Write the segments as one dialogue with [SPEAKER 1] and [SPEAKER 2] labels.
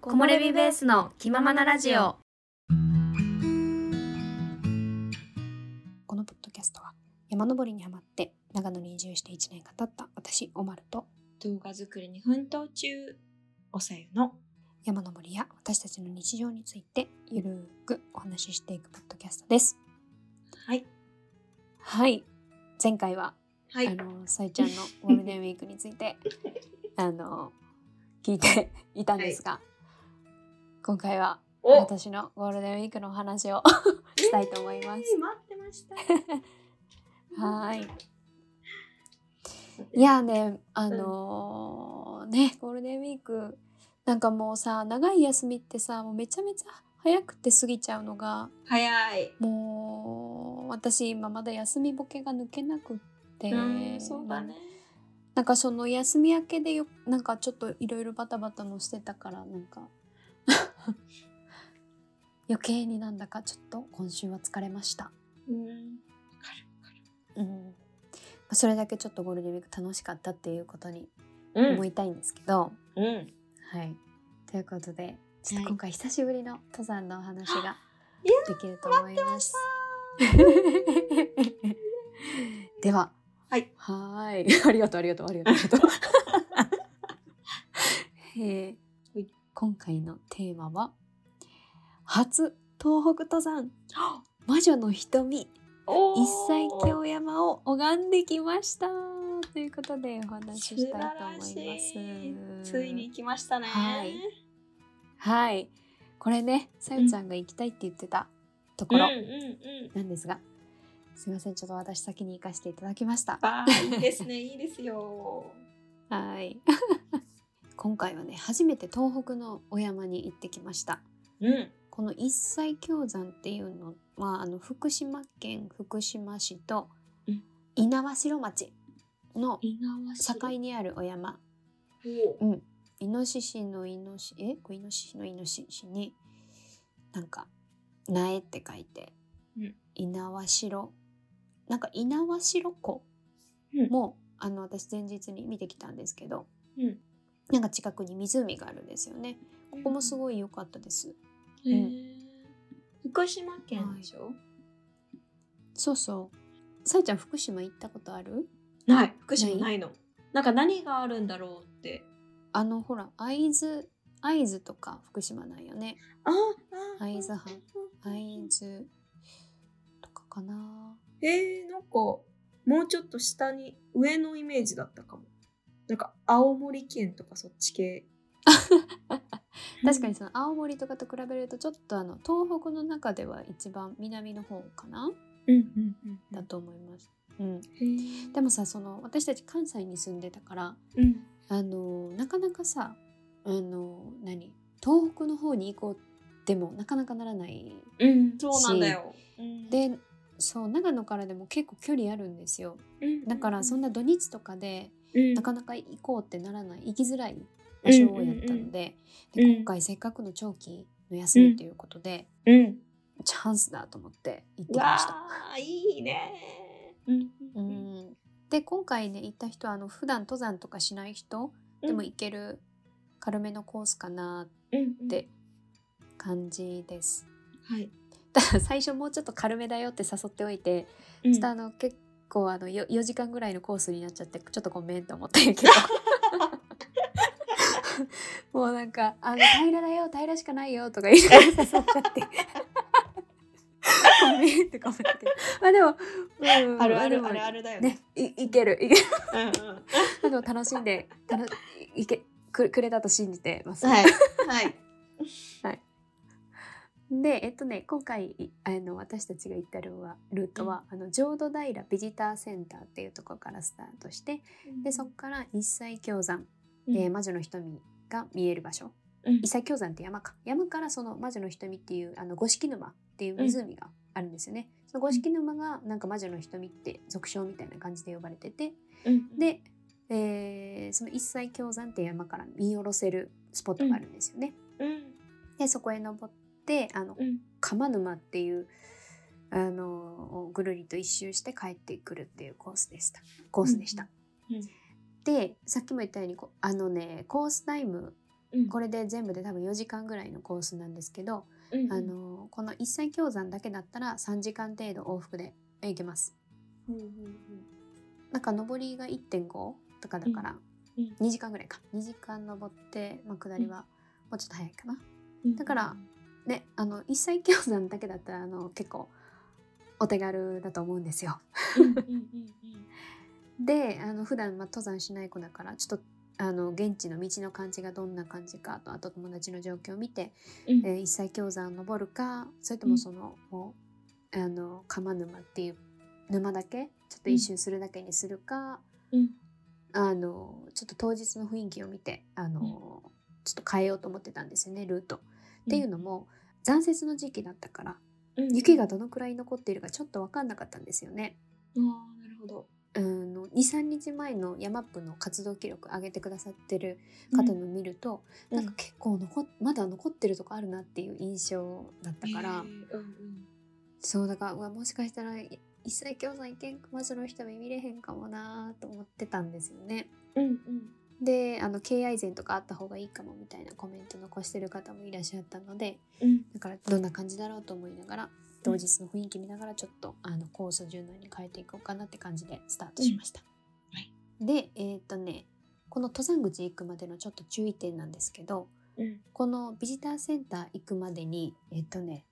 [SPEAKER 1] 木漏れ日ベースの気ままなラジオ
[SPEAKER 2] このポッドキャストは山登りにハマって長野に移住して1年が経った私おまると
[SPEAKER 3] 動画作りに奮闘中おさゆの
[SPEAKER 2] 山登りや私たちの日常についてゆるーくお話ししていくポッドキャストです
[SPEAKER 3] はい
[SPEAKER 2] はい前回は、
[SPEAKER 3] は
[SPEAKER 2] あのさゆちゃんのゴールデンウィークについ てあの聞いていたんですが、今回は
[SPEAKER 3] お待
[SPEAKER 2] 私のゴールデンウィークのお話 をしたいと思います
[SPEAKER 3] ってました
[SPEAKER 2] はーい。いやね、あのーね、ゴールデンウィーク、なんかもうさ、長い休みってさ、もうめちゃめちゃ早くて過ぎちゃうのが、
[SPEAKER 3] 早い
[SPEAKER 2] もう私今まだ休みぼけが抜けなくって、
[SPEAKER 3] うんそうだね
[SPEAKER 2] なんかその休み明けでよ、なんかちょっといろいろバタバタもしてたから、なんか、余計になんだかちょっと今週は疲れました。
[SPEAKER 3] うんわかる
[SPEAKER 2] うん、それだけちょっとゴールデンウィーク楽しかったっていうことに
[SPEAKER 3] わ
[SPEAKER 2] 思いたいんですけど、
[SPEAKER 3] うんうん
[SPEAKER 2] はいということでちょっ
[SPEAKER 3] はい
[SPEAKER 2] と今回久しぶりの登山のお話が
[SPEAKER 3] いや
[SPEAKER 2] できると思います。 では、
[SPEAKER 3] はい、
[SPEAKER 2] はーい ありがとうありがとうありがとうあ りがとう。え
[SPEAKER 3] は
[SPEAKER 2] ー
[SPEAKER 3] い、
[SPEAKER 2] 今回のテーマは初東北 登山魔女の瞳
[SPEAKER 3] おー
[SPEAKER 2] 一切京山を拝んできましたということでお話ししたいと思います
[SPEAKER 3] 素晴らしいついに来ましたね
[SPEAKER 2] はいはいこれねさゆちゃんが行きたいって言ってたところ
[SPEAKER 3] うんうんうん
[SPEAKER 2] なんですが、すいませんちょっと私先に行かせていただきました
[SPEAKER 3] あーいいですねいいですよ
[SPEAKER 2] はい 今回はね初めて東北のお山に行ってきました
[SPEAKER 3] うん
[SPEAKER 2] この一切京山っていうのはあの福島県福島市と
[SPEAKER 3] うん
[SPEAKER 2] 猪苗代町の境
[SPEAKER 3] 境
[SPEAKER 2] にあるお山
[SPEAKER 3] お
[SPEAKER 2] うん、イノシシのイノシえこれイノシシのイノシシになんか「苗」って書いて
[SPEAKER 3] うん
[SPEAKER 2] 「猪苗代」なんか猪苗代湖
[SPEAKER 3] うん
[SPEAKER 2] も、あの私前日に見てきたんですけど、
[SPEAKER 3] うん
[SPEAKER 2] なんか近くに湖があるんですよねここもす
[SPEAKER 3] ご
[SPEAKER 2] ごい良かったです、
[SPEAKER 3] い、へー福島県でしょ、
[SPEAKER 2] そうそうさえちゃん福島行ったことある
[SPEAKER 3] ない福島ないのなんか何があるんだろうって
[SPEAKER 2] あのほら会津会津とか福島なんよね
[SPEAKER 3] ああ
[SPEAKER 2] 会津藩会津とかかな
[SPEAKER 3] えー、なんかもうちょっと下に上のイメージだったかもなんか青森県とかそっち系
[SPEAKER 2] 確かにその青森とかと比べるとちょっとあの東北の中では一番南の方かな
[SPEAKER 3] うんうんうん
[SPEAKER 2] だと思います。うん、
[SPEAKER 3] へー
[SPEAKER 2] でもさその私たち関西に住んでたから
[SPEAKER 3] うん
[SPEAKER 2] あのなかなかさあの何東北の方に行こうでもなかなかならない
[SPEAKER 3] うんそうなんだよ、
[SPEAKER 2] でそう長野からでも結構距離あるんですよ
[SPEAKER 3] うん
[SPEAKER 2] だからそんな土日とかで
[SPEAKER 3] うん
[SPEAKER 2] なかなか行こうってならない行きづらい場所をやった
[SPEAKER 3] うんう
[SPEAKER 2] ので,、
[SPEAKER 3] んうん
[SPEAKER 2] で今回せっかくの長期の休みということで、
[SPEAKER 3] うん
[SPEAKER 2] チャンスだと思って行って
[SPEAKER 3] う
[SPEAKER 2] き
[SPEAKER 3] わ
[SPEAKER 2] ました。
[SPEAKER 3] ーいいねうん
[SPEAKER 2] う
[SPEAKER 3] うん
[SPEAKER 2] ん、で今回ね行った人はあの普段登山とかしない人でも行ける軽めのコースかな
[SPEAKER 3] うん
[SPEAKER 2] って感じです。
[SPEAKER 3] はい
[SPEAKER 2] だから最初もうちょっと軽めだよって誘っておいて、ちょっとあの結構あの 4, 時間ぐらいのコースになっちゃってちょっとごめんと思 ったんやけど。もうなんか「あの平らだよ平らしかないよ」とか言いながら誘っちゃ って「ごめん」ってごめんってまあでも、うん、
[SPEAKER 3] あるあ
[SPEAKER 2] で
[SPEAKER 3] る
[SPEAKER 2] も
[SPEAKER 3] あるあるだよね
[SPEAKER 2] ね、いいけるいける
[SPEAKER 3] うんうん
[SPEAKER 2] でも楽しんでたのいけくくれたと信じてます、
[SPEAKER 3] はいはい
[SPEAKER 2] でえっとね今回いあの私たちが行ったルーはルートは、あの浄土平ビジターセンターっていうところからスタートしてでそこから一切経山、
[SPEAKER 3] うん
[SPEAKER 2] えー魔女の瞳が見える場所
[SPEAKER 3] うん
[SPEAKER 2] 一切経山って山か山からその魔女の瞳っていうあの五色沼っていう湖があるんですよね、その五色沼がなんか魔女の瞳って俗称みたいな感じで呼ばれてて、
[SPEAKER 3] うん
[SPEAKER 2] で、えーその一切経山っていう山から見下ろせるスポットがあるんですよね。
[SPEAKER 3] うん
[SPEAKER 2] でそこへ登ってあの
[SPEAKER 3] うん
[SPEAKER 2] 釜沼っていうあのぐるりと一周して帰ってくるっていうコースでしたコースでした。
[SPEAKER 3] うんうん
[SPEAKER 2] でさっきも言ったようにこあのねコースタイム
[SPEAKER 3] うん
[SPEAKER 2] これで全部で多分4時間ぐらいのコースなんですけど、
[SPEAKER 3] うん
[SPEAKER 2] あのこの一切氷山だけだったら3時間程度往復で行けます。
[SPEAKER 3] うんうんうん
[SPEAKER 2] なんか上りが1.5とかだから、
[SPEAKER 3] うんう
[SPEAKER 2] 2時間ぐらいか2時間登って、まあ、下りはもうちょっと早いかな。
[SPEAKER 3] うん
[SPEAKER 2] だからであの一切氷山だけだったらあの結構お手軽だと思うんですよ。
[SPEAKER 3] うんうんうんうん
[SPEAKER 2] であの普段まあ登山しない子だからちょっとあの現地の道の感じがどんな感じかとあと友達の状況を見て、
[SPEAKER 3] うん
[SPEAKER 2] えー一切氷山を登るかそれと
[SPEAKER 3] うん
[SPEAKER 2] もその、もうあの釜沼っていう沼だけちょっと一周するだけにするか、
[SPEAKER 3] うん
[SPEAKER 2] あのちょっと当日の雰囲気を見てあの、
[SPEAKER 3] うん
[SPEAKER 2] ちょっと変えようと思ってたんですよねルート。っていうのも残雪の時期だったから
[SPEAKER 3] うん
[SPEAKER 2] 雪がどのくらい残っているかちょっと分かんなかったんですよね。
[SPEAKER 3] ああなるほど
[SPEAKER 2] あの23日前のヤマップの活動記録上げてくださってる方の見ると、
[SPEAKER 3] うん
[SPEAKER 2] なんか結構残っまだ残ってるとこあるなっていう印象だったから、
[SPEAKER 3] へーうんうん
[SPEAKER 2] そうだからうわもしかしたらい一切教材けんかマジの人目見れへんかもなーと思ってたんですよね。
[SPEAKER 3] うんうん
[SPEAKER 2] であの敬愛膳とかあった方がいいかもみたいなコメント残してる方もいらっしゃったので
[SPEAKER 3] うん
[SPEAKER 2] だからどんな感じだろうと思いながら当日の雰囲気見ながらちょっとあのコースを柔軟に変えていこうかなって感じでスタートしました。
[SPEAKER 3] うんはい
[SPEAKER 2] でえーっとねこの登山口行くまでのちょっと注意点なんですけど
[SPEAKER 3] うん
[SPEAKER 2] このビジターセンター行くまでにえーっとね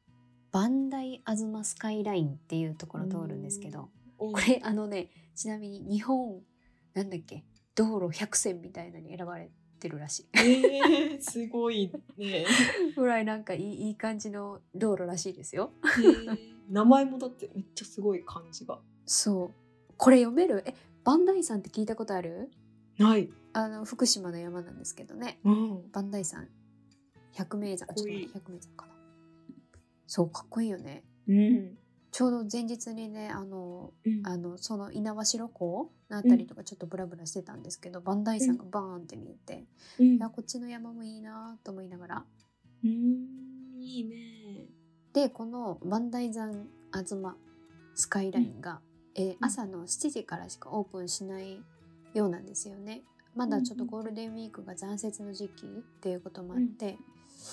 [SPEAKER 2] バンダイアズマスカイラインっていうところを通るんですけど
[SPEAKER 3] お
[SPEAKER 2] これあのねちなみに日本なんだっけ道路100選みたいなのに選ばれてるらしい。
[SPEAKER 3] えー、すごいね、
[SPEAKER 2] ぐらいなんかいいいい感じの道路らしいですよ。
[SPEAKER 3] えー名前もだってめっちゃすごい感じが
[SPEAKER 2] そうこれ読めるえバンダイさんって聞いたことある
[SPEAKER 3] ない
[SPEAKER 2] あの福島の山なんですけどね
[SPEAKER 3] うん
[SPEAKER 2] バンダイさん百名山
[SPEAKER 3] か
[SPEAKER 2] あ
[SPEAKER 3] っ
[SPEAKER 2] ち
[SPEAKER 3] こ
[SPEAKER 2] ょっ
[SPEAKER 3] といい
[SPEAKER 2] 待って百名山かなそうかっこいいよね
[SPEAKER 3] うん
[SPEAKER 2] ちょうど前日にねあの
[SPEAKER 3] うん
[SPEAKER 2] あのその猪苗代湖のあたりとかちょっとブラブラしてたんですけど、バンダイさんがバーンって見えて、
[SPEAKER 3] うん
[SPEAKER 2] いやこっちの山もいいなと思いながら
[SPEAKER 3] うんいいね
[SPEAKER 2] でこのバンダイ山東スカイラインが、えー朝の7時からしかオープンしないようなんですよねまだちょっとゴールデンウィークが残雪の時期っていうこともあって、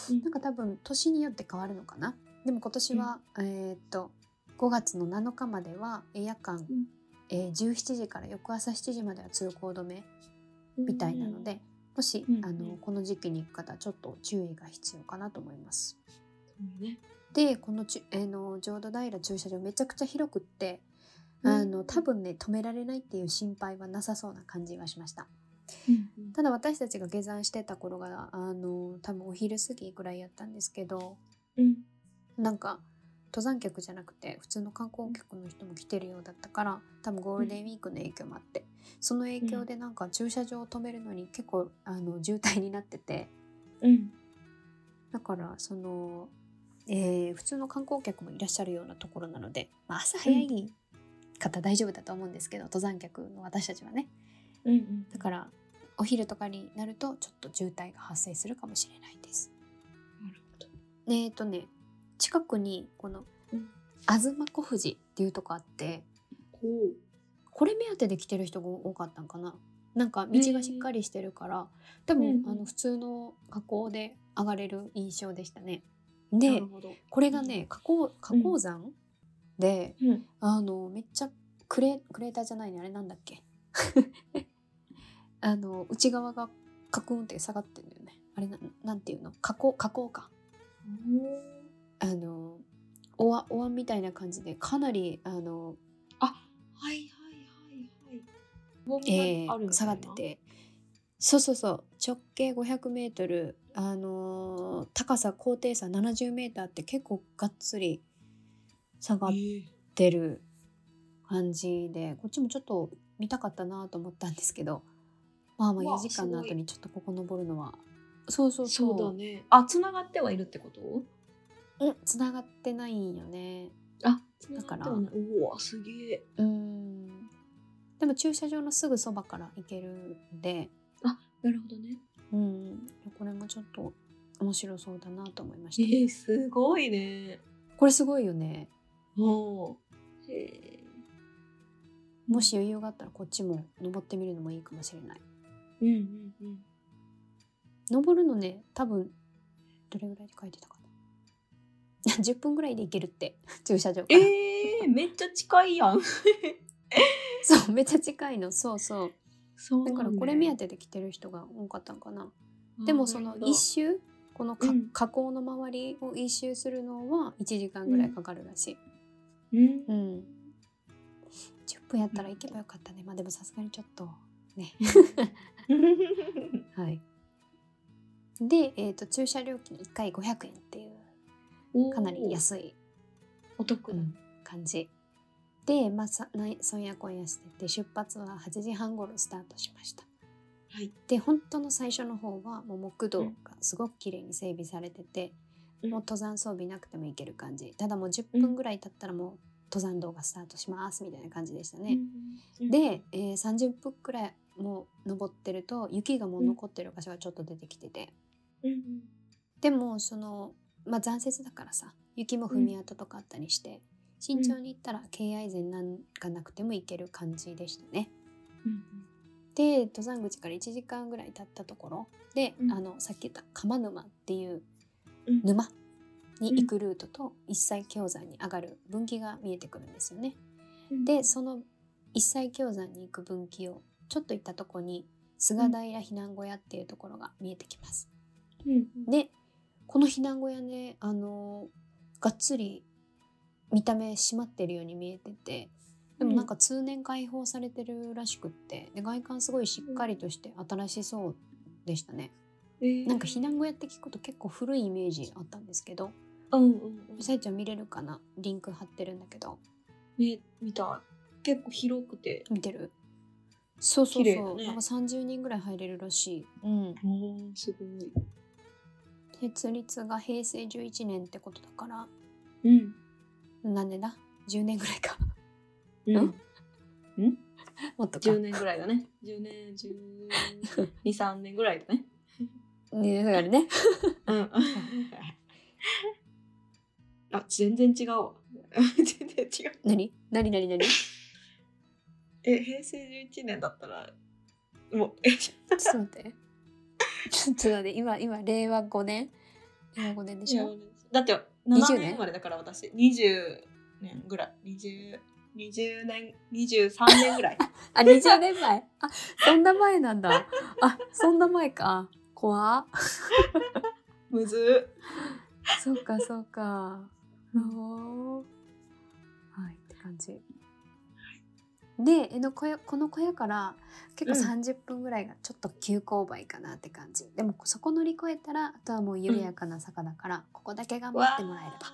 [SPEAKER 3] うん
[SPEAKER 2] なんか多分年によって変わるのかなでも今年は、えーっと5月の7日まではえー夜間、
[SPEAKER 3] うん
[SPEAKER 2] えー17時から翌朝7時までは通行止めみたいなので、もし、
[SPEAKER 3] うん
[SPEAKER 2] あのこの時期に行く方はちょっと注意が必要かなと思います。
[SPEAKER 3] うんね
[SPEAKER 2] でこのち、えーの浄土平駐車場めちゃくちゃ広くって、
[SPEAKER 3] うん
[SPEAKER 2] あの多分ね止められないっていう心配はなさそうな感じがしました
[SPEAKER 3] うん
[SPEAKER 2] ただ私たちが下山してた頃があの多分お昼過ぎぐらいやったんですけど
[SPEAKER 3] うん
[SPEAKER 2] なんか登山客じゃなくて普通の観光客の人も来てるようだったから多分ゴールデンウィークの影響もあってその影響でなんか駐車場を止めるのに結構あの渋滞になってて
[SPEAKER 3] うん
[SPEAKER 2] だからその、えー普通の観光客もいらっしゃるようなところなので、まあ、朝早い方大丈夫だと思うんですけど、登山客の私たちはね
[SPEAKER 3] うんうん
[SPEAKER 2] だからお昼とかになるとちょっと渋滞が発生するかもしれないです。
[SPEAKER 3] なるほど
[SPEAKER 2] でえっ、とね近くにこの
[SPEAKER 3] うん
[SPEAKER 2] 東小富士っていうとこあって
[SPEAKER 3] こう
[SPEAKER 2] これ目当てで来てる人が多かったんかな。なんか道がしっかりしてるから、多分、
[SPEAKER 3] うん
[SPEAKER 2] あの普通の河口で上がれる印象でしたね。で、
[SPEAKER 3] なるほど
[SPEAKER 2] これがね花崗花崗山、で
[SPEAKER 3] うん
[SPEAKER 2] あのめっちゃクレクレーターじゃないねあれなんだっけ あの内側がカクンって下がってんだよねあれななんていうの加工加工かあのおわおわんみたいな感じでかなりあの、
[SPEAKER 3] はいはいはいはい
[SPEAKER 2] え
[SPEAKER 3] あるん
[SPEAKER 2] ー、
[SPEAKER 3] だ
[SPEAKER 2] 下がっててそうそうそう直径 500m あのー高さ高低差 70m って結構がっつり下がっ
[SPEAKER 3] えー
[SPEAKER 2] ってる感じでこっちもちょっと見たかったなと思ったんですけどまあまあ
[SPEAKER 3] うわ
[SPEAKER 2] 4時間の
[SPEAKER 3] すご
[SPEAKER 2] 後
[SPEAKER 3] い
[SPEAKER 2] にちょっとここ登るのはそうそうそう
[SPEAKER 3] そうだねあ繋がってはいるってこと
[SPEAKER 2] うん繋がってないんよね
[SPEAKER 3] あ
[SPEAKER 2] だから
[SPEAKER 3] 繋がってはないうわすげえ
[SPEAKER 2] うーんでも駐車場のすぐそばから行けるんで
[SPEAKER 3] なるほどね
[SPEAKER 2] うんこれもちょっと面白そうだなと思いま
[SPEAKER 3] え
[SPEAKER 2] し た、
[SPEAKER 3] ー、すごいね
[SPEAKER 2] これすごいよね
[SPEAKER 3] おーへえ
[SPEAKER 2] もし余裕があったらこっちも登ってみるのもいいかもしれない
[SPEAKER 3] うんうんうん
[SPEAKER 2] 登るのね多分どれぐらいで書いてたかな 10分ぐらいで行けるって 駐車場から、
[SPEAKER 3] えー、めっちゃ近いやん。
[SPEAKER 2] そうめっちゃ近いのそうそう
[SPEAKER 3] そう
[SPEAKER 2] だからこれ目当てで来てる人が多かったんかなでもその一
[SPEAKER 3] 一
[SPEAKER 2] 周このか、
[SPEAKER 3] うん
[SPEAKER 2] 河口の周りを一周するのは1時間ぐらいかかるらしい、
[SPEAKER 3] うん
[SPEAKER 2] うん10分やったら行けばよかったねまあでもさすがにちょっとねはいで、えー、と駐車料金1回500円っていう かなり安い
[SPEAKER 3] お得な。
[SPEAKER 2] 感じで、まあ、さないそんやこんやしてて出発は8時半ごろスタートしました
[SPEAKER 3] はい。
[SPEAKER 2] で本当の最初の方はもう木道
[SPEAKER 3] う
[SPEAKER 2] が
[SPEAKER 3] ん
[SPEAKER 2] すごく綺麗に整備されてて、
[SPEAKER 3] うん
[SPEAKER 2] もう登山装備なくても行ける感じただもう10
[SPEAKER 3] う
[SPEAKER 2] 分
[SPEAKER 3] ん
[SPEAKER 2] ぐらい経ったらもう登山道がスタートしますみたいな感じでしたね、、で、えー30分くらいもう登ってると雪がもう残ってる場所がちょっと出てきてて、
[SPEAKER 3] うん
[SPEAKER 2] でもその、まあ、残雪だからさ雪も踏み跡とかあったりして、慎重に行ったら敬愛膳なんかなくても行ける感じでしたね。
[SPEAKER 3] うん
[SPEAKER 2] で登山口から1時間ぐらい経ったところで、
[SPEAKER 3] うん
[SPEAKER 2] あのさっき言った釜沼っていう
[SPEAKER 3] うん
[SPEAKER 2] 沼に行くルートと一切氷山に上がる分岐が見えてくるんですよね。
[SPEAKER 3] うん
[SPEAKER 2] でその一切氷山に行く分岐をちょっと行ったとこに菅平避難小屋っていうところが見えてきます。
[SPEAKER 3] うん
[SPEAKER 2] でこの避難小屋ねあのがっつり見た目閉まってるように見えててでもなんか通年開放されてるらしくってで外観すごいしっかりとして新しそうでしたね
[SPEAKER 3] えー
[SPEAKER 2] なんか避難小屋って聞くと結構古いイメージあったんですけど
[SPEAKER 3] うんうんうん
[SPEAKER 2] さえちゃん見れるかなリンク貼ってるんだけど
[SPEAKER 3] ね見た結構広くて
[SPEAKER 2] 見てるそうそう
[SPEAKER 3] 綺麗
[SPEAKER 2] そう、
[SPEAKER 3] だね
[SPEAKER 2] なんか30人ぐらい入れるらしいうん
[SPEAKER 3] おすごい
[SPEAKER 2] 設立が平成11年ってことだから
[SPEAKER 3] うん
[SPEAKER 2] 何年だ10年ぐらいか
[SPEAKER 3] うん
[SPEAKER 2] もっとか
[SPEAKER 3] 10年ぐらいだね10年123年ぐらいだね
[SPEAKER 2] ねだからね
[SPEAKER 3] うん あ全然違うわ 全然違う
[SPEAKER 2] 何何何何ち
[SPEAKER 3] え平成11年だったらもうえ
[SPEAKER 2] ょっと 待ってちょっと待って今今令和5年令和5年でしょ
[SPEAKER 3] だって
[SPEAKER 2] 20
[SPEAKER 3] 7
[SPEAKER 2] 年
[SPEAKER 3] 年生まれだから私20年ぐらい20 20年23年ぐらい
[SPEAKER 2] あ20年前あそんな前なんだあそんな前か怖っ
[SPEAKER 3] むずっ
[SPEAKER 2] そうかそうかおーはいって感じでえの小屋この小屋から結構
[SPEAKER 3] う
[SPEAKER 2] 30分ぐらいがちょっと急勾配かなって感じ、でもそこ乗り越えたらあとはもう緩やかな坂だから、ここだけ頑張ってもらえれば
[SPEAKER 3] わあ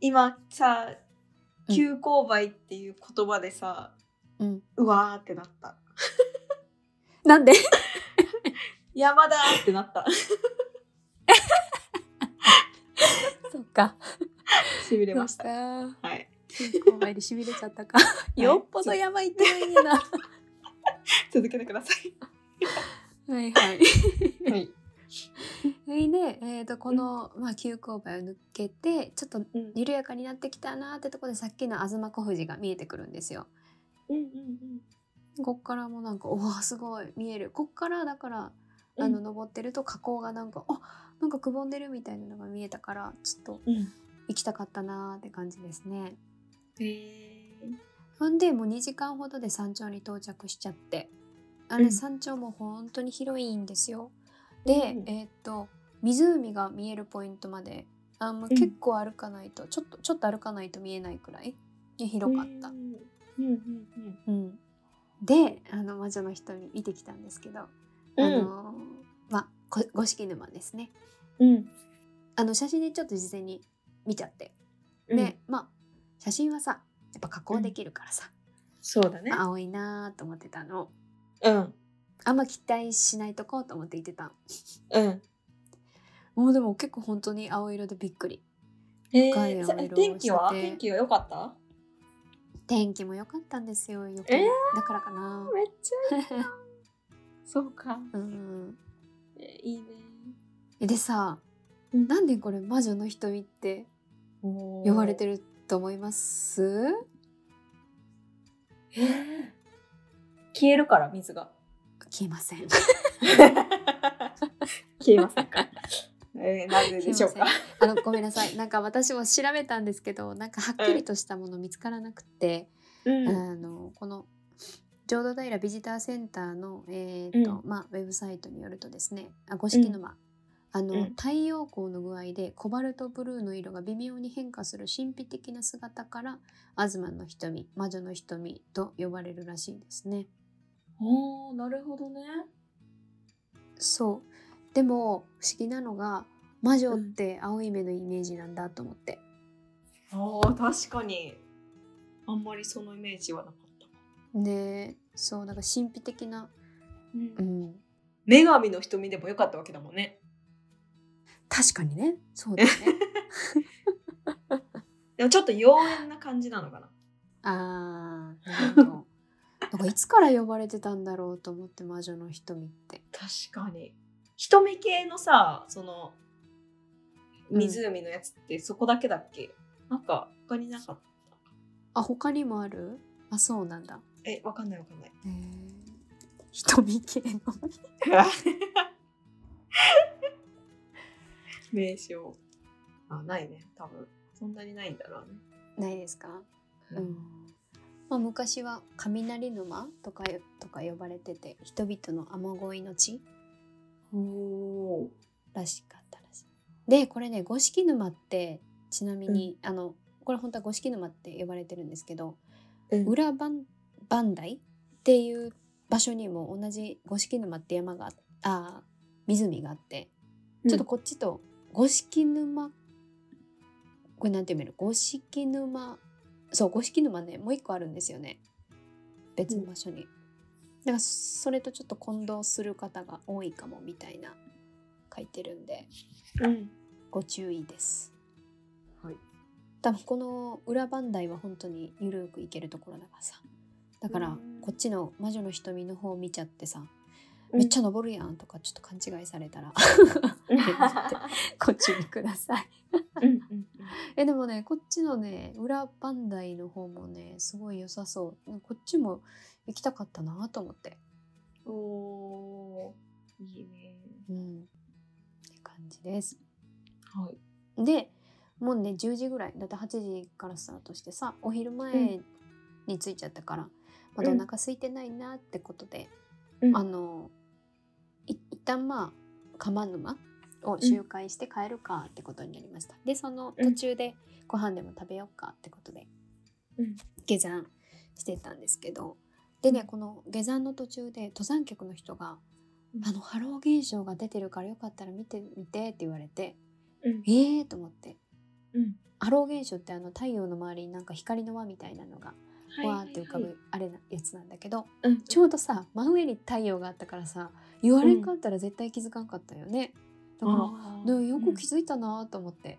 [SPEAKER 3] 今さ
[SPEAKER 2] うん
[SPEAKER 3] 急勾配っていう言葉でさ、
[SPEAKER 2] うん
[SPEAKER 3] うわーってなった
[SPEAKER 2] なんで
[SPEAKER 3] 山だーってなった
[SPEAKER 2] そっか
[SPEAKER 3] しびれまし
[SPEAKER 2] そ
[SPEAKER 3] た
[SPEAKER 2] っか
[SPEAKER 3] はい
[SPEAKER 2] 購買でしびれち ゃったかよっぽど山行ってないんやなは
[SPEAKER 3] 続けてくださ
[SPEAKER 2] いはい
[SPEAKER 3] いはい、
[SPEAKER 2] それで、えー、とこの、まあ、急勾配を抜けてちょっと
[SPEAKER 3] うん、
[SPEAKER 2] 緩やかになってきたなーってとこでさっきの東小富士が見えてくるんですよ
[SPEAKER 3] うんうん
[SPEAKER 2] こっからもなんかおーすごい見えるこっからだからあの登ってると河口がなんかあなんかくぼんでるみたいなのが見えたからちょっと
[SPEAKER 3] うんうん
[SPEAKER 2] 行きたかったなーって感じですね
[SPEAKER 3] へ
[SPEAKER 2] ほんでもう2時間ほどで山頂に到着しちゃってあれ、
[SPEAKER 3] うん
[SPEAKER 2] 山頂も本当に広いんですよ。で、
[SPEAKER 3] うん
[SPEAKER 2] えーっと湖が見えるポイントまであもう
[SPEAKER 3] うん
[SPEAKER 2] 結構歩かないと、ちょっとちょっと歩かないと見えないくらいに広かった
[SPEAKER 3] う。んうんうん
[SPEAKER 2] うん、であの魔女の人に見てきたんですけど、あのーまあこ五色沼ですね。
[SPEAKER 3] うん
[SPEAKER 2] あの写真でちょっと事前に見ちゃって、
[SPEAKER 3] うん
[SPEAKER 2] でまあ写真はさやっぱ加工できるからさ、
[SPEAKER 3] そうだね
[SPEAKER 2] 青いなーと思ってたの。
[SPEAKER 3] うん
[SPEAKER 2] あんま期待しないとこうと思って行ってた
[SPEAKER 3] うん
[SPEAKER 2] もうでも結構本当に青色でびっくり
[SPEAKER 3] へ
[SPEAKER 2] 深い
[SPEAKER 3] ー
[SPEAKER 2] 青
[SPEAKER 3] さ
[SPEAKER 2] 色をしてて
[SPEAKER 3] 天気は天気は良か った
[SPEAKER 2] 天気も良かったんですよ余計、
[SPEAKER 3] え
[SPEAKER 2] だからかな
[SPEAKER 3] めっちゃいいなそうか
[SPEAKER 2] うん
[SPEAKER 3] えいいね
[SPEAKER 2] えでさ
[SPEAKER 3] うん
[SPEAKER 2] なんでこれ魔女の瞳って
[SPEAKER 3] 呼
[SPEAKER 2] 呼ばれてると思います
[SPEAKER 3] 消えるから水が
[SPEAKER 2] 消えません。
[SPEAKER 3] 消えませんか。 えー、なぜでしょうか。
[SPEAKER 2] あのごめんなさい。なんか私も調べたんですけど、なんかはっきりとしたもの見つからなくて、
[SPEAKER 3] うん
[SPEAKER 2] あのこの浄土平ビジターセンターのえーと、
[SPEAKER 3] う
[SPEAKER 2] まあウェブサイトによるとですね、あ五色沼、あの、
[SPEAKER 3] うん
[SPEAKER 2] 太陽光の具合でコバルトブルーの色が微妙に変化する神秘的な姿から東の瞳、魔女の瞳と呼ばれるらしいですね。
[SPEAKER 3] おーなるほどね。
[SPEAKER 2] そうでも不思議なのが魔女って青い目のイメージなんだと思って、
[SPEAKER 3] ああ確かに。あんまりそのイメージはなかった。
[SPEAKER 2] ねえそうだから神秘的な、
[SPEAKER 3] うん
[SPEAKER 2] うん、
[SPEAKER 3] 女神の瞳でもよかったわけだもんね。
[SPEAKER 2] 確かにねそうだよね
[SPEAKER 3] でもちょっと妖艶な感じなのかな。
[SPEAKER 2] あーなるほど なんかいつから呼ばれてたんだろうと思って魔女の瞳って
[SPEAKER 3] 確かに。瞳系のさ、その
[SPEAKER 2] うん
[SPEAKER 3] 湖のやつってそこだけだっけ、なんか他になかった。
[SPEAKER 2] あ他にもあるあそうなんだ
[SPEAKER 3] え、わかんないわかんない。
[SPEAKER 2] へえ瞳系の
[SPEAKER 3] 名称。あ、ないね。多分。そんなにないんだろうね。
[SPEAKER 2] ないですかうんまあ、昔は雷沼とかよとか呼ばれてて人々の雨乞いの地
[SPEAKER 3] おお。
[SPEAKER 2] らしかったらしい。でこれね五色沼ってちなみに、あのこれ本当は五色沼って呼ばれてるんですけど、
[SPEAKER 3] うん
[SPEAKER 2] 裏磐磐梯っていう場所にも同じ五色沼って山がああー湖があって
[SPEAKER 3] うん
[SPEAKER 2] ちょっとこっちと五色沼、これなんて読める五色沼そう五色沼ねもう一個あるんですよね別の場所に。だからそれとちょっと混同する方が多いかもみたいな書いてるんで
[SPEAKER 3] うん。
[SPEAKER 2] ご注意です。
[SPEAKER 3] はい。
[SPEAKER 2] 多分この裏磐梯は本当にゆるく行けるところだからさ。だか
[SPEAKER 3] う
[SPEAKER 2] ら
[SPEAKER 3] ん
[SPEAKER 2] こっちの魔女の瞳の方を見ちゃってさ、めっちゃ登るやんとかちょっと勘違いされたら
[SPEAKER 3] うん。
[SPEAKER 2] ご注意ください。
[SPEAKER 3] うんうん
[SPEAKER 2] えでもねこっちのね裏磐梯の方もねすごい良さそう。うんこっちも行きたかったなと思って。
[SPEAKER 3] うん。おお。いいね。
[SPEAKER 2] うん。って感じです。
[SPEAKER 3] はい。
[SPEAKER 2] でもうね10時ぐらいだって8時からスタートしてさお昼
[SPEAKER 3] う
[SPEAKER 2] 前に着いちゃったから、まだお腹空いてないなってことで、
[SPEAKER 3] うん
[SPEAKER 2] あのい一旦まあ釜沼を周回して帰るかってことになりました、でその途中でご飯でも食べようかってことで、
[SPEAKER 3] うん
[SPEAKER 2] 下山してたんですけどでね
[SPEAKER 3] うん
[SPEAKER 2] この下山の途中で登山客の人が
[SPEAKER 3] う
[SPEAKER 2] 「
[SPEAKER 3] ん
[SPEAKER 2] あのハロー現象が出てるからよかったら見てみて」って言われて
[SPEAKER 3] うん
[SPEAKER 2] 「ええー!」と思って
[SPEAKER 3] うん。
[SPEAKER 2] ハロー現象ってあの太陽の周りになんか光の輪みたいなのがわーって浮かぶあれなやつなんだけど
[SPEAKER 3] うん。
[SPEAKER 2] ちょうどさ真上に太陽があったからさ言われんかったら絶対気づかんかったよね、だか
[SPEAKER 3] あ
[SPEAKER 2] ら
[SPEAKER 3] ー
[SPEAKER 2] でもよく気づいたなと思って、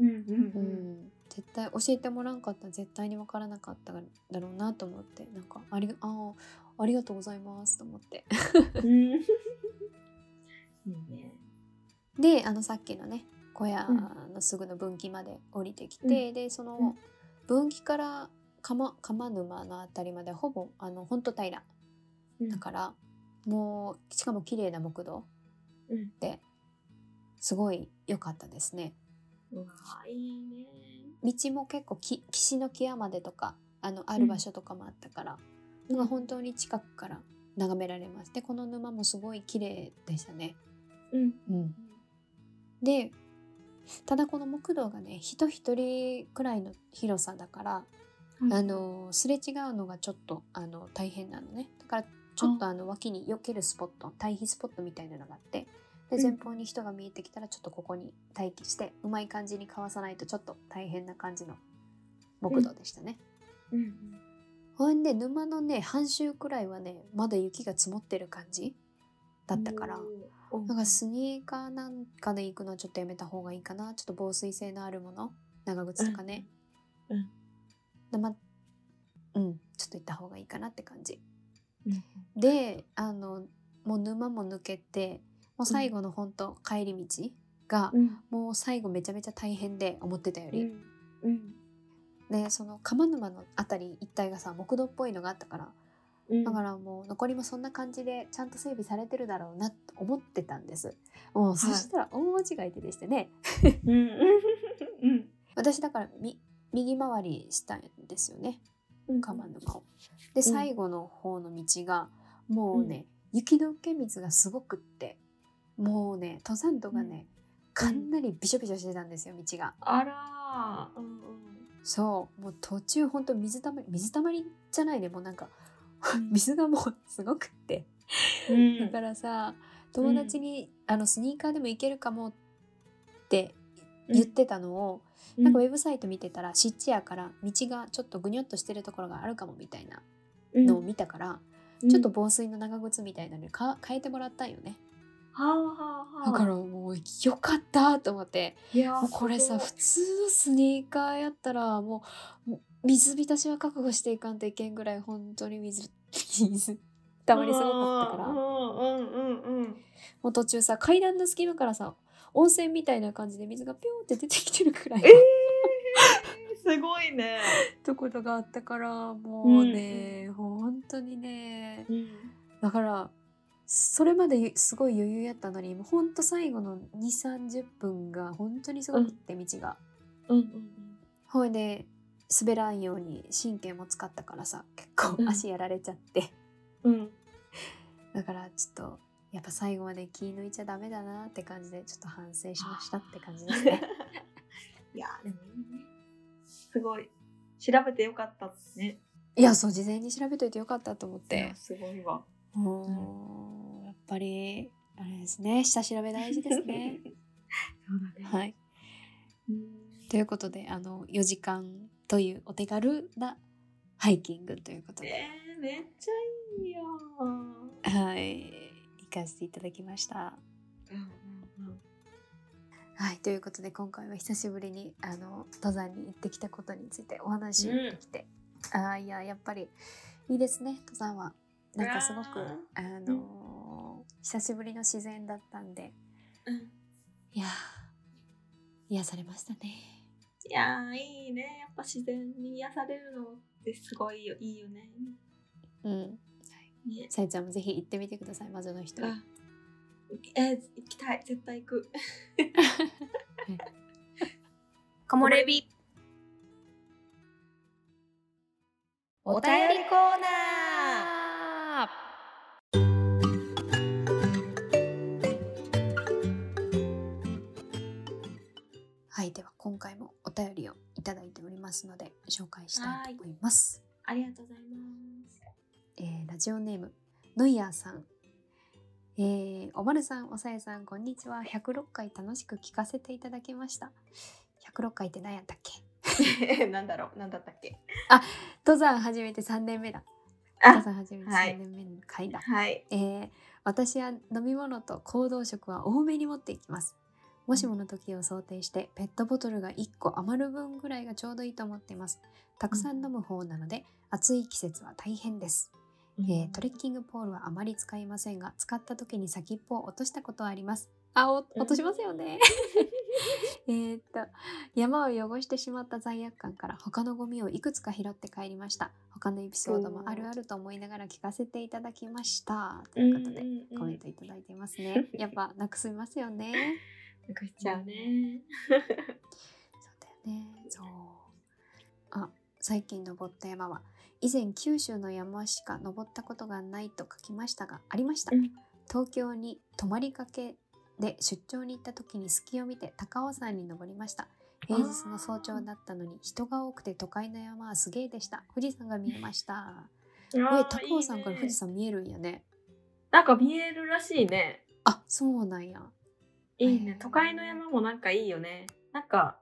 [SPEAKER 3] うんう
[SPEAKER 2] うんん絶対教えてもらんかったら絶対に分からなかっただろうなと思ってなんかありあーありがとうございますと思って
[SPEAKER 3] うん。うん。いいね。
[SPEAKER 2] であのさっきのね小屋
[SPEAKER 3] う
[SPEAKER 2] のすぐの分岐まで降りてき
[SPEAKER 3] う
[SPEAKER 2] て、でそうの
[SPEAKER 3] ん
[SPEAKER 2] 分岐から釜釜沼のあたりまでほぼあの本当平らだから、もうしかも綺麗な木道
[SPEAKER 3] うん
[SPEAKER 2] ですごい良かったですね
[SPEAKER 3] うわーいいね。
[SPEAKER 2] 道も結構き岸の際までとかあのある場所とかもあったから、なんか本当に近くから眺められますでこの沼もすごい綺麗でしたね
[SPEAKER 3] うん。
[SPEAKER 2] うん、でただこの木道がね人一人くらいの広さだから、あのすれ違うのがちょっとあの大変なのねだからちょっとあの脇に避けるスポット対比スポットみたいなのがあってで
[SPEAKER 3] うん
[SPEAKER 2] 前方に人が見えてきたらちょっとここに待機してうまい感じにかわさないとちょっと大変な感じの木道でしたね。
[SPEAKER 3] うん。
[SPEAKER 2] ほんで沼のね半周くらいはねまだ雪が積もってる感じだったから。
[SPEAKER 3] おー。
[SPEAKER 2] なんかスニーカーなんかで行くのはちょっとやめた方がいいかな。ちょっと防水性のあるもの。長靴とかね。
[SPEAKER 3] うん
[SPEAKER 2] でま、うん。ちょっと行った方がいいかなって感じ。
[SPEAKER 3] うん
[SPEAKER 2] で、あの、もう沼も抜けて、もう最後の本当、帰り道が、
[SPEAKER 3] うん。
[SPEAKER 2] もう最後めちゃめちゃ大変で、思ってたより。
[SPEAKER 3] うん。
[SPEAKER 2] で、その釜沼のあたり一帯がさ、木道っぽいのがあったから、
[SPEAKER 3] うん
[SPEAKER 2] だからもう残りもそんな感じでちゃんと整備されてるだろうなと思ってたんですもうそしたら大間違いででしてね、
[SPEAKER 3] うんうん
[SPEAKER 2] 私だからみ右回りしたんですよね
[SPEAKER 3] うん
[SPEAKER 2] カマンの顔で最後の方の道がもうね、雪解け水がすごくってもうね登山道がね、かなりびしょびしょしてたんですよ道が
[SPEAKER 3] あらーうんうん
[SPEAKER 2] そうもう途中ほんと水たまり水たまりじゃないねもうなんか 水がもうすごくって
[SPEAKER 3] うん
[SPEAKER 2] だからさ友達に、あのスニーカーでも行けるかもって言ってたのを、
[SPEAKER 3] う
[SPEAKER 2] なんかウェブサイト見てたら湿地やから道がちょっとぐにょっとしてるところがあるかもみたいなのを見たから、
[SPEAKER 3] うん
[SPEAKER 2] ちょっと防水の長靴みたいなのにか変えてもらったんよね
[SPEAKER 3] はあはあはあ
[SPEAKER 2] だからもうよかったと思って
[SPEAKER 3] いやー
[SPEAKER 2] もうこれさ普
[SPEAKER 3] す
[SPEAKER 2] 通のスニーカーやったらもう水浸しは覚悟していかんといけんぐらい本当に水水た
[SPEAKER 3] ごい
[SPEAKER 2] まりすごかったから
[SPEAKER 3] うん
[SPEAKER 2] も
[SPEAKER 3] うんうんうん
[SPEAKER 2] う途中さ階段の隙間からさ温泉みたいな感じで水がピョーって出てきてるくらいの
[SPEAKER 3] えー、すごいね、
[SPEAKER 2] ところがあったからもうね、本当にねだからそれまでゆすごい余裕やったのにもうほんと最後の2 3 0分が本当にすごくって道が。
[SPEAKER 3] うんうん
[SPEAKER 2] ほいで滑らんように神経も使ったからさ結構
[SPEAKER 3] うん
[SPEAKER 2] 足やられちゃって、
[SPEAKER 3] うん
[SPEAKER 2] だからちょっとやっぱ最後まで気抜いちゃダメだなって感じでちょっと反省しましたって感じで すね。
[SPEAKER 3] いやーでもいいねすごい調べてよかったですね
[SPEAKER 2] いやそう事前に調べといてよかったと思っ
[SPEAKER 3] い
[SPEAKER 2] て
[SPEAKER 3] や。すごいわ
[SPEAKER 2] うんやっぱりあれですね下調べ大事です ね。
[SPEAKER 3] そうだね
[SPEAKER 2] はいということであの4時間というお手軽なハイキングということで、
[SPEAKER 3] えー、めっちゃいいよー、うん
[SPEAKER 2] はい行かせていただきました。
[SPEAKER 3] うん
[SPEAKER 2] はいということで今回は久しぶりにあの登山に行ってきたことについてお話
[SPEAKER 3] うん
[SPEAKER 2] をできて、ああいややっぱりいいですね登山は。なんかすごく
[SPEAKER 3] あ
[SPEAKER 2] あのー久しぶりの自然だったんで
[SPEAKER 3] うん、
[SPEAKER 2] いやー癒されましたね。
[SPEAKER 3] いやーいいねやっぱ自然に癒されるのってすごいよいいよね
[SPEAKER 2] うん、
[SPEAKER 3] ね
[SPEAKER 2] さえちゃんもぜひ行ってみてください魔女の人。
[SPEAKER 3] あえー、行きたい絶対行く
[SPEAKER 1] 木漏れ日。お便りコーナー。
[SPEAKER 2] はい、では今回もお便りをいただいておりますので紹介したいと思います。
[SPEAKER 3] ありがとうございます
[SPEAKER 2] えーラジオネームノイヤーさん、えーおまるさん、おさえさん、こんにちは。106回楽しく聞かせていただきました。106回って何やったっけ
[SPEAKER 3] なんだろうなんだったっけ
[SPEAKER 2] 登山始めて3年目だ。
[SPEAKER 3] あ
[SPEAKER 2] 登山始めて3年目の回だ。
[SPEAKER 3] はい
[SPEAKER 2] えー私は飲み物と行動食は多めに持っていきます。もしもの時を想定してペットボトルが1個余る分ぐらいがちょうどいいと思っています。たくさん飲む方なので、暑い季節は大変です、えートレッキングポールはあまり使いませんが、使った時に先っぽを落としたことはあります。あ、お落としますよね。 えーっと山を汚してしまった罪悪感から他のゴミをいくつか拾って帰りました他のエピソードもあるあると思いながら聞かせていただきましたということでコメントいただいています ねやっぱなくすみますよね
[SPEAKER 3] なくしちゃうね
[SPEAKER 2] そうだよねそうあ最近登った山は以前九州の山しか登ったことがないと書きましたがありました
[SPEAKER 3] うん
[SPEAKER 2] 東京に泊まりかけで出張に行った時に隙を見て高尾山に登りました平日の早朝だったのに人が多くて都会の山はすげえでした富士山が見えました
[SPEAKER 3] え
[SPEAKER 2] え高尾山から富士山見えるんやね
[SPEAKER 3] なんか見えるらしいね
[SPEAKER 2] あそうなんや
[SPEAKER 3] いい
[SPEAKER 2] へ
[SPEAKER 3] ね
[SPEAKER 2] ー
[SPEAKER 3] 都会の山もなんかいいよねなんか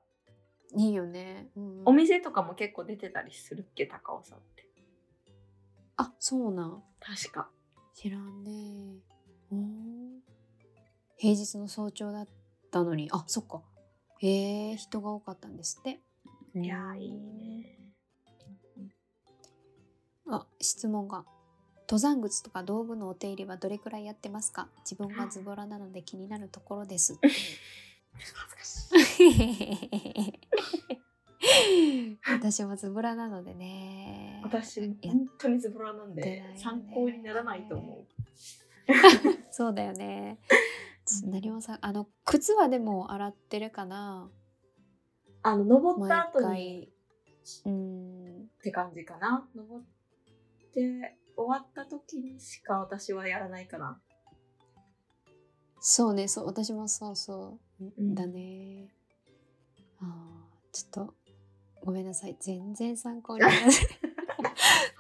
[SPEAKER 2] いいよね、うん
[SPEAKER 3] お店とかも結構出てたりするっけ高尾山って
[SPEAKER 2] あそうなん
[SPEAKER 3] 確か
[SPEAKER 2] 知らんねおー平日の早朝だったのにあそっかへえ人が多かったんですって
[SPEAKER 3] いやーいいね
[SPEAKER 2] あ質問が登山靴とか道具のお手入れはどれくらいやってますか自分がズボラなので気になるところですっていう
[SPEAKER 3] 恥ずかしい
[SPEAKER 2] 私もズボラなのでね
[SPEAKER 3] 私も
[SPEAKER 2] や
[SPEAKER 3] 本当にズボラなん
[SPEAKER 2] やって
[SPEAKER 3] で
[SPEAKER 2] ないよね
[SPEAKER 3] 参考にならないと思
[SPEAKER 2] そうだよね
[SPEAKER 3] うん
[SPEAKER 2] 何もさあの靴はでも洗ってるかな
[SPEAKER 3] うあの登っ
[SPEAKER 2] 毎
[SPEAKER 3] た後に
[SPEAKER 2] 回うん
[SPEAKER 3] って感じかな登って終わった時にしか私はやらないかな
[SPEAKER 2] そうねそう私もそうそう、
[SPEAKER 3] うん
[SPEAKER 2] だねあーちょっとごめんなさい全然参考になら ない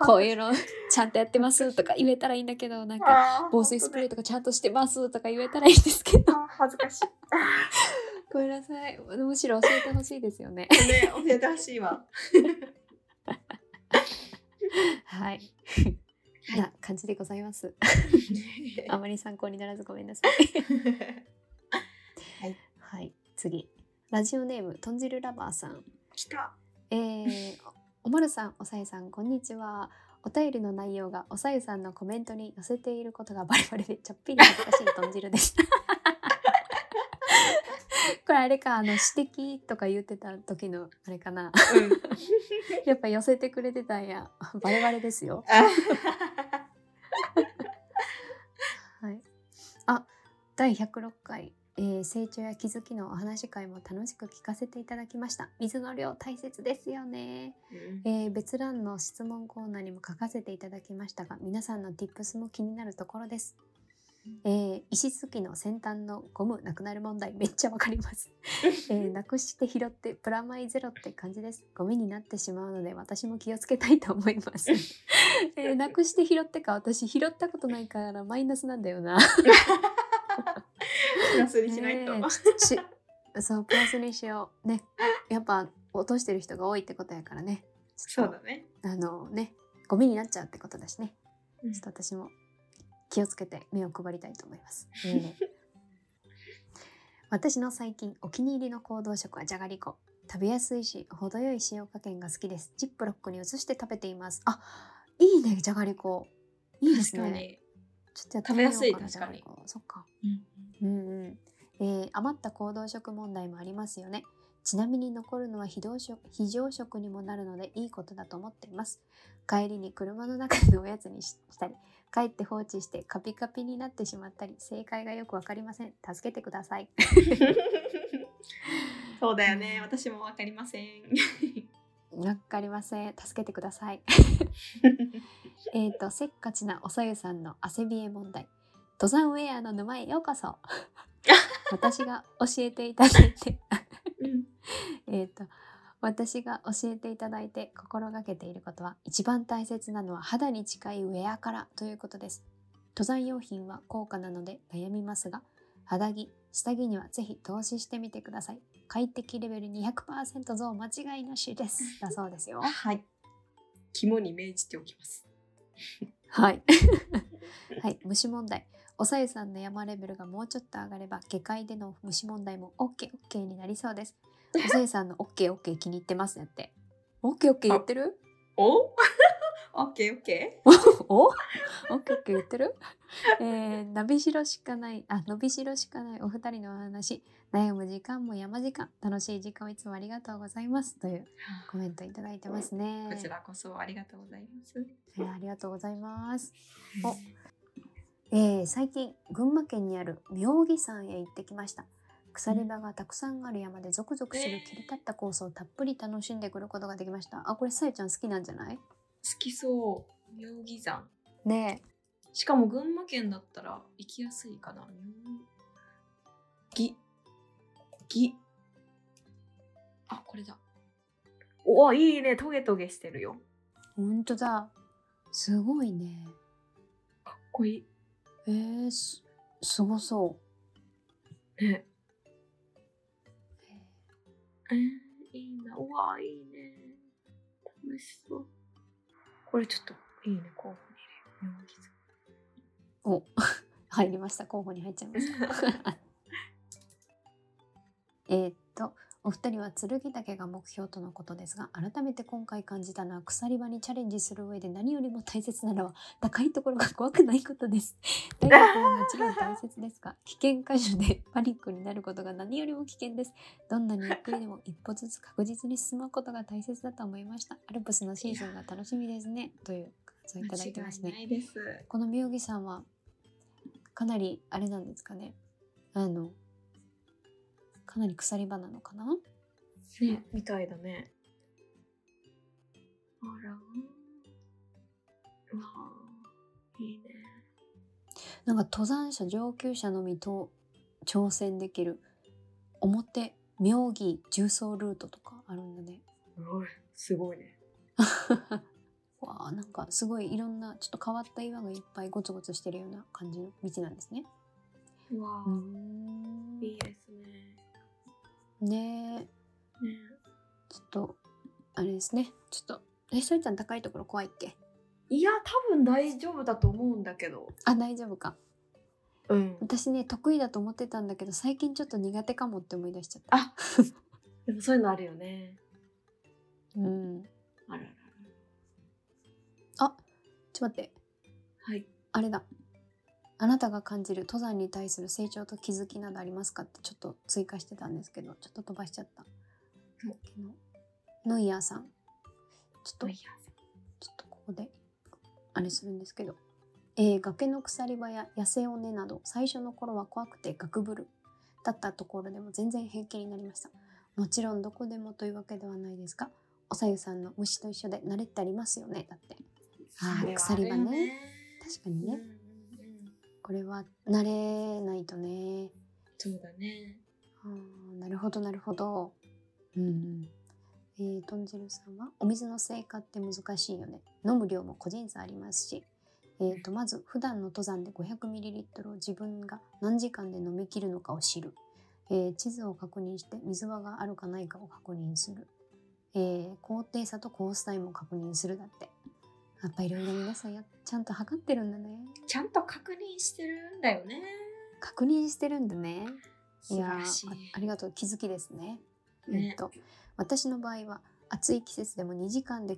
[SPEAKER 2] こういうのちゃんとやってますとか言えたらいいんだけどなんか
[SPEAKER 3] あー
[SPEAKER 2] 防水スプレー
[SPEAKER 3] 本
[SPEAKER 2] とかちゃんとしてますとか言えたらいいんですけど
[SPEAKER 3] 当だあー恥ずか しい
[SPEAKER 2] ごめんなさいむしろ教えてほしいです よね
[SPEAKER 3] ね教えてほしいわ
[SPEAKER 2] は
[SPEAKER 3] は
[SPEAKER 2] い
[SPEAKER 3] い
[SPEAKER 2] な感じでございますあまり参考にならずごめんなさいはい次ラジオネームとんじるラバーさん
[SPEAKER 3] 来た
[SPEAKER 2] えー、おまるさん、おさゆさん、こんにちは。お便りの内容がおさゆさんのコメントに寄せていることがバレバレでちょっぴり恥ずかしい豚汁でした。 これあれか、あの指摘とか言ってた時のあれか
[SPEAKER 3] う
[SPEAKER 2] な。
[SPEAKER 3] ん
[SPEAKER 2] やっぱ寄せてくれてたんや。バレバレですよ。はい。あ、第106回、えー成長や気づきのお話会も楽しく聞かせていただきました。水の量大切ですよね。えー別欄の質問コーナーにも書かせていただきましたが皆さんの Tips も気になるところです、えー石突きの先端のゴムなくなる問題めっちゃわかります、え ーなくして拾ってプラマイゼロって感じですゴミになってしまうので私も気をつけたいと思います、えーなくして拾ってか私拾ったことないからマイナスなんだよな
[SPEAKER 3] プラスにしないと、
[SPEAKER 2] ねえちそうプラスにしようねやっぱ落としてる人が多いってことやからねち
[SPEAKER 3] そ
[SPEAKER 2] ょっ
[SPEAKER 3] う
[SPEAKER 2] と
[SPEAKER 3] だね
[SPEAKER 2] あのねゴミになっちゃうってことだしね
[SPEAKER 3] うん
[SPEAKER 2] ちょっと私も気をつけて目を配りたいと思い ます。えー私の最近お気に入りの行動食はじゃがりこ。食べやすいし程よい塩加減が好きです。ジップロックに移して食べています。あ、いいねじゃがりこ。いいです
[SPEAKER 3] 確か
[SPEAKER 2] ね。
[SPEAKER 3] に、
[SPEAKER 2] ちょっとやってみようかな
[SPEAKER 3] 食べやすい
[SPEAKER 2] じゃがり
[SPEAKER 3] 確
[SPEAKER 2] こそっか。
[SPEAKER 3] うん
[SPEAKER 2] うんうんえー余った行動食問題もありますよね。ちなみに残るのは非常食非常食にもなるのでいいことだと思っています。帰りに車の中でおやつにししたり、帰って放置してカピカピになってしまったり、正解がよくわかりません。助けてください。
[SPEAKER 3] そうだよね私もわかりません
[SPEAKER 2] わかりません。助けてください。えっと、せっかちなおさゆさんの汗びえ問題。登山ウェアの沼へようこそ。私が教えていただいて。
[SPEAKER 3] うん
[SPEAKER 2] えっ、と私が教えていただいて心がけていることは一番大切なのは肌に近いウェアからということです登山用品は高価なので悩みますが肌着下着にはぜひ投資してみてください快適レベル200%増間違いなしです だそうですよ
[SPEAKER 3] はい肝に銘じておきます
[SPEAKER 2] はい はい虫問題おさゆさんの山レベルがもうちょっと上がれば下界での虫問題も OKOK になりそうですおさゆさんの OKOK 気に入ってますやって OKOK 言ってる
[SPEAKER 3] おオッケーオッケ
[SPEAKER 2] おオ ッケーオッケー言ってる えー、伸びしろしかないあ伸びしろしかないお二人のお話悩む時間も山時間楽しい時間をいつもありがとうございますというコメントいただいてますね
[SPEAKER 3] ーこちらこそありがとうございます
[SPEAKER 2] えーありがとうございます、えー最近群馬県にある妙義山へ行ってきました腐れ場がたくさんある山でゾクゾクする切り立ったコースをたっぷり楽しんでくることができましたあこれさえちゃん好きなんじゃない
[SPEAKER 3] 好きそう妙義山
[SPEAKER 2] ねえ
[SPEAKER 3] しかも群馬県だったら行きやすいかなぎぎあこれだおいいねトゲトゲしてるよ
[SPEAKER 2] ほんとだすごいね
[SPEAKER 3] かっこい
[SPEAKER 2] えー、すすごそ
[SPEAKER 3] いね
[SPEAKER 2] う。
[SPEAKER 3] えー、いいな。うわ、いいね。楽しそう。これちょっと、いいね、候補に入れよう。
[SPEAKER 2] お 入 りました候補に入っちゃいました。えーっとお二人は剣岳が目標とのことですが改めて今回感じたのは鎖場にチャレンジする上で何よりも大切なのは高いところが怖くないことです大学はもちろん大切ですが危険箇所でパニックになることが何よりも危険ですどんなにゆっくりでも一歩ずつ確実に進むことが大切だと思いましたアルプスのシーズンが楽しみですねという感想をいただいてますね
[SPEAKER 3] 間違いないです。
[SPEAKER 2] この妙義さんはかなりあれなんですかねあのかなり鎖場なのかな
[SPEAKER 3] ね、みたいだね。あら。わあ、いいね。
[SPEAKER 2] なんか登山者上級者のみと挑戦できる表妙義重曹ルートとかあるんだね。
[SPEAKER 3] おい、すごいね。
[SPEAKER 2] わあなんかすごいいろんなちょっと変わった岩がいっぱいゴツゴツしてるような感じの道なんですね。
[SPEAKER 3] わあ、
[SPEAKER 2] うーん
[SPEAKER 3] いいですね。
[SPEAKER 2] ねえ
[SPEAKER 3] ね、
[SPEAKER 2] ちょっとあれですねちょっとえひとりちゃん高いところ怖いっけ
[SPEAKER 3] いや、多分大丈夫だと思うんだけど。
[SPEAKER 2] あ大丈夫か
[SPEAKER 3] うん。
[SPEAKER 2] 私ね得意だと思ってたんだけど最近ちょっと苦手かもって思い出しちゃった
[SPEAKER 3] あでもそういうのあるよね。
[SPEAKER 2] うん
[SPEAKER 3] あららら。
[SPEAKER 2] ちょっと待って
[SPEAKER 3] はい。
[SPEAKER 2] あれだあなたが感じる登山に対する成長と気づきなどありますかってちょっと追加してたんですけどちょっと飛ばしちゃったさっきのノイヤーさんちょっと
[SPEAKER 3] どう
[SPEAKER 2] ち
[SPEAKER 3] や
[SPEAKER 2] ょっとここであれするんですけどえー崖の鎖場や野生尾根など最初の頃は怖くてガクブルだったところでも全然平気になりましたもちろんどこでもというわけではないですがおさゆさんの虫と一緒で慣れてありますよねだってあー鎖場ね。確かに
[SPEAKER 3] それはあるよねうんうん
[SPEAKER 2] ね、
[SPEAKER 3] うん
[SPEAKER 2] これは慣れないとね
[SPEAKER 3] そうだね。
[SPEAKER 2] あーなるほどなるほどうんうんえー、豚汁さんはお水の成果って難しいよね飲む量も個人差ありますしえー、とまず普段の登山で 500ml を自分が何時間で飲み切るのかを知る、えー地図を確認して水場があるかないかを確認する、えー高低差とコースタイムを確認するだってやっぱいろいろ皆さんやちゃんと測ってるんだね
[SPEAKER 3] ちゃんと確認してるんだよね。
[SPEAKER 2] 確認してるんだねい
[SPEAKER 3] 素晴
[SPEAKER 2] や
[SPEAKER 3] らし
[SPEAKER 2] ー
[SPEAKER 3] い
[SPEAKER 2] あ。ありがとう気づきですね。
[SPEAKER 3] ね
[SPEAKER 2] えっと私の場合は暑い季節でも2時間で